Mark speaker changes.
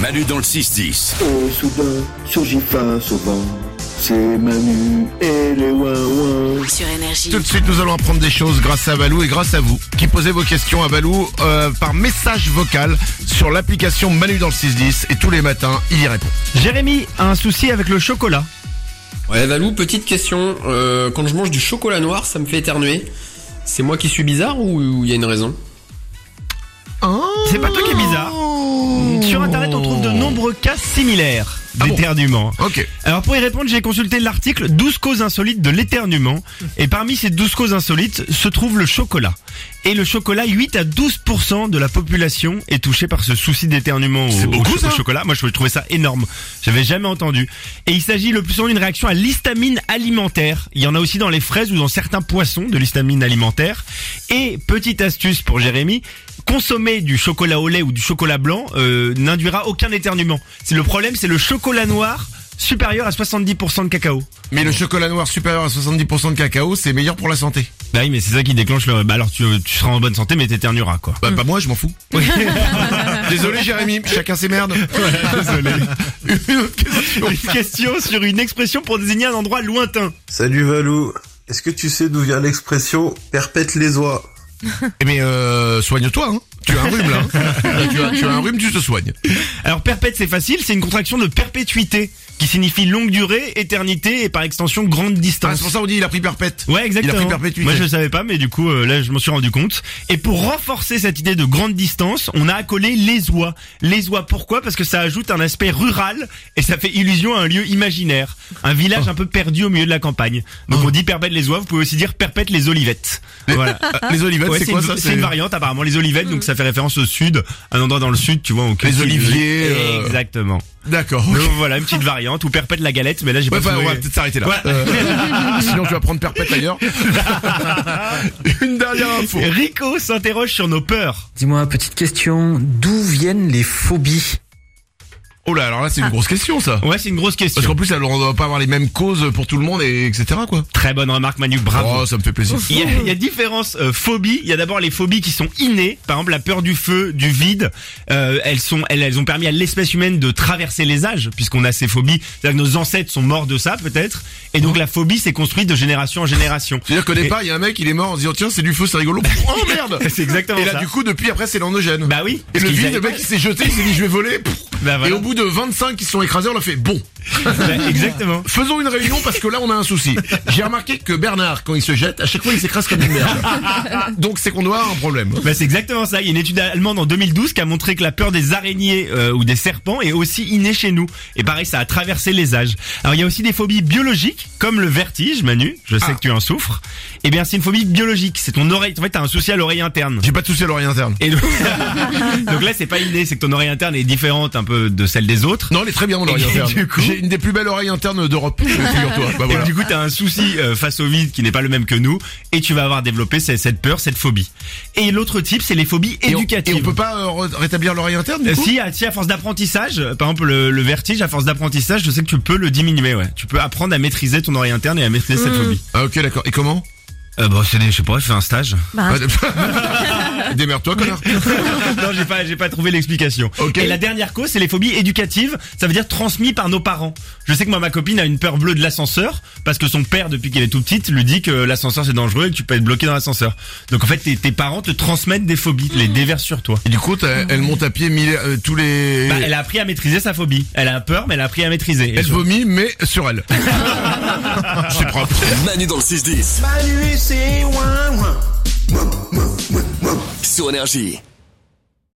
Speaker 1: Manu dans le 6-10.
Speaker 2: Oh, soudain, surgit face au vent. C'est Manu et les ouin-ouin.
Speaker 3: sur énergie.
Speaker 4: Tout de suite, nous allons apprendre des choses grâce à Valou et grâce à vous qui posez vos questions à Valou euh, par message vocal sur l'application Manu dans le 610 et tous les matins, il y répond.
Speaker 5: Jérémy a un souci avec le chocolat.
Speaker 6: Ouais Valou, petite question. Euh, quand je mange du chocolat noir, ça me fait éternuer. C'est moi qui suis bizarre ou il y a une raison
Speaker 5: C'est pas toi qui es bizarre. Sur internet, on trouve de nombreux cas similaires
Speaker 4: Oh. Ah bon
Speaker 5: d'éternuement.
Speaker 4: Ok.
Speaker 5: Alors pour y répondre, j'ai consulté l'article 12 causes insolites de l'éternuement. Et parmi ces 12 causes insolites se trouve le chocolat. Et le chocolat, 8 à 12% de la population est touchée par ce souci d'éternuement au,
Speaker 4: C'est beaucoup,
Speaker 5: au cho-
Speaker 4: ça
Speaker 5: au chocolat. Moi, je trouvais ça énorme. J'avais jamais entendu. Et il s'agit le plus souvent d'une réaction à l'histamine alimentaire. Il y en a aussi dans les fraises ou dans certains poissons de l'histamine alimentaire. Et petite astuce pour Jérémy, consommer du chocolat au lait ou du chocolat blanc euh, n'induira aucun éternuement. C'est le problème, c'est le chocolat noir supérieur à 70% de cacao.
Speaker 4: Mais le chocolat noir supérieur à 70% de cacao, c'est meilleur pour la santé.
Speaker 5: Bah oui, mais c'est ça qui déclenche le. Bah alors tu, tu seras en bonne santé, mais t'éternueras quoi.
Speaker 4: Bah, pas moi, je m'en fous. Désolé, Jérémy, chacun ses merdes.
Speaker 5: Désolé.
Speaker 4: Une autre question.
Speaker 5: Une question sur une expression pour désigner un endroit lointain.
Speaker 7: Salut Valou, est-ce que tu sais d'où vient l'expression perpète les oies
Speaker 4: Eh Mais euh, soigne-toi, hein. Tu as un rhume là. hein. tu, as, tu as un rhume, tu te soignes.
Speaker 5: Alors perpète, c'est facile, c'est une contraction de perpétuité qui signifie longue durée, éternité et par extension grande
Speaker 4: Ah,
Speaker 5: distance.
Speaker 4: c'est pour ça on dit il a pris perpète.
Speaker 5: Ouais, exactement.
Speaker 4: Il a pris perpétuité.
Speaker 5: Moi, je le savais pas, mais du coup, euh, là, je m'en suis rendu compte. Et pour renforcer cette idée de grande distance, on a accolé les oies. Les oies, pourquoi Parce que ça ajoute un aspect rural et ça fait illusion à un lieu imaginaire, un village un peu perdu au milieu de la campagne.
Speaker 4: Oh.
Speaker 5: Donc, on dit perpète les oies. Vous pouvez aussi dire perpète les olivettes. Voilà.
Speaker 4: Les olivettes,
Speaker 5: Ouais,
Speaker 4: c'est
Speaker 5: c'est
Speaker 4: quoi
Speaker 5: une,
Speaker 4: ça
Speaker 5: c'est une variante apparemment les olivettes donc ça fait référence au sud un endroit dans le sud tu vois au
Speaker 4: Les oliviers, euh,
Speaker 5: exactement
Speaker 4: D'accord.
Speaker 5: donc voilà une petite variante ou perpète la galette mais là j'ai
Speaker 4: Ouais,
Speaker 5: pas
Speaker 4: bah, on
Speaker 5: trouvé.
Speaker 4: va peut-être s'arrêter là.
Speaker 5: Voilà.
Speaker 4: Euh, sinon, tu vas prendre perpète ailleurs. Une dernière info.
Speaker 5: Rico s'interroge sur nos peurs
Speaker 8: Dis-moi, petite question, d'où viennent les phobies
Speaker 4: Oh là, alors là, c'est une grosse question, ça.
Speaker 5: Ouais, c'est une grosse question.
Speaker 4: Parce qu'en plus, alors, on doit pas avoir les mêmes causes pour tout le monde, et etc. quoi.
Speaker 5: Très bonne remarque, Manu, bravo.
Speaker 4: Oh, ça me fait plaisir.
Speaker 5: Il y, a, il y a différentes euh, phobies. Il y a d'abord les phobies qui sont innées, par exemple la peur du feu, du vide. Euh, elles sont, elles, elles ont permis à l'espèce humaine de traverser les âges, puisqu'on a ces phobies. C'est-à-dire que nos ancêtres sont morts de ça, peut-être. Et donc la phobie s'est construite de génération en génération.
Speaker 4: C'est-à-dire qu'au départ, il y a un mec, il est mort en se disant, tiens, c'est du feu, c'est rigolo. Oh merde!
Speaker 5: C'est exactement
Speaker 4: Et là,
Speaker 5: ça.
Speaker 4: du coup, depuis après, c'est l'endogène.
Speaker 5: Bah oui.
Speaker 4: et
Speaker 5: parce
Speaker 4: le
Speaker 5: qu'ils
Speaker 4: vide,
Speaker 5: avaient-
Speaker 4: le mec, il s'est jeté, il s'est dit, je vais voler. Pff.
Speaker 5: Bah voilà.
Speaker 4: Et au bout de 25 qui se sont écrasés, on leur fait, bon,
Speaker 5: Bah, exactement.
Speaker 4: faisons une réunion parce que là, on a un souci. J'ai remarqué que Bernard, quand il se jette, à chaque fois, il s'écrase comme une merde. Donc, c'est qu'on doit avoir un problème.
Speaker 5: Bah, c'est exactement ça. Il y a une étude allemande en 2012 qui a montré que la peur des araignées euh, ou des serpents est aussi innée chez nous. Et pareil, ça a traversé les âges. Alors il y a aussi des phobies biologiques comme le vertige, Manu. Je sais
Speaker 4: Ah.
Speaker 5: que tu en souffres. Eh bien, c'est une phobie biologique. C'est ton oreille. En fait, t'as un souci à l'oreille interne.
Speaker 4: J'ai pas de souci à l'oreille interne.
Speaker 5: Et donc, donc là, c'est pas inné. C'est que ton oreille interne est différente un peu de celle des autres.
Speaker 4: Non, elle est très bien, mon oreille
Speaker 5: Et
Speaker 4: interne.
Speaker 5: du coup-
Speaker 4: J'ai une des plus belles oreilles internes d'Europe, figure-toi. Bah, voilà.
Speaker 5: Et du coup, t'as un souci euh, face au vide qui n'est pas le même que nous, et tu vas avoir développé cette, cette peur, cette phobie. Et l'autre type, c'est les phobies
Speaker 4: Et on,
Speaker 5: éducatives.
Speaker 4: et on peut pas euh, re- rétablir l'oreille interne du
Speaker 5: Euh,
Speaker 4: coup
Speaker 5: Si, à, si à force d'apprentissage, euh, par exemple le, le vertige, à force d'apprentissage, je sais que tu peux le diminuer. Ouais, tu peux apprendre à maîtriser ton oreille interne et à maîtriser cette phobie.
Speaker 4: Ah ok d'accord. Et comment
Speaker 5: Euh, bah, c'est des, je sais pas, je fais un stage.
Speaker 4: Ah, Démerde-toi connard.
Speaker 5: non, j'ai pas, j'ai pas trouvé l'explication.
Speaker 4: Ok.
Speaker 5: Et la dernière cause, c'est les phobies éducatives. Ça veut dire transmis par nos parents. Je sais que moi, ma copine a une peur bleue de l'ascenseur parce que son père, depuis qu'elle est toute petite, lui dit que l'ascenseur c'est dangereux et que tu peux être bloqué dans l'ascenseur. Donc en fait, tes, tes parents te transmettent des phobies,
Speaker 4: Hmm.
Speaker 5: les déversent sur toi.
Speaker 4: Et du coup, t'as- elle monte à pied mille- euh, tous les.
Speaker 5: Bah, elle a appris à maîtriser sa phobie. Elle a peur, mais elle a appris à maîtriser. Et
Speaker 4: elle
Speaker 5: je-
Speaker 4: vomit mais sur elle. C'est propre.
Speaker 1: Manu dans le 6-10.
Speaker 2: Manu et ses ouin-ouin.
Speaker 1: Sur énergie.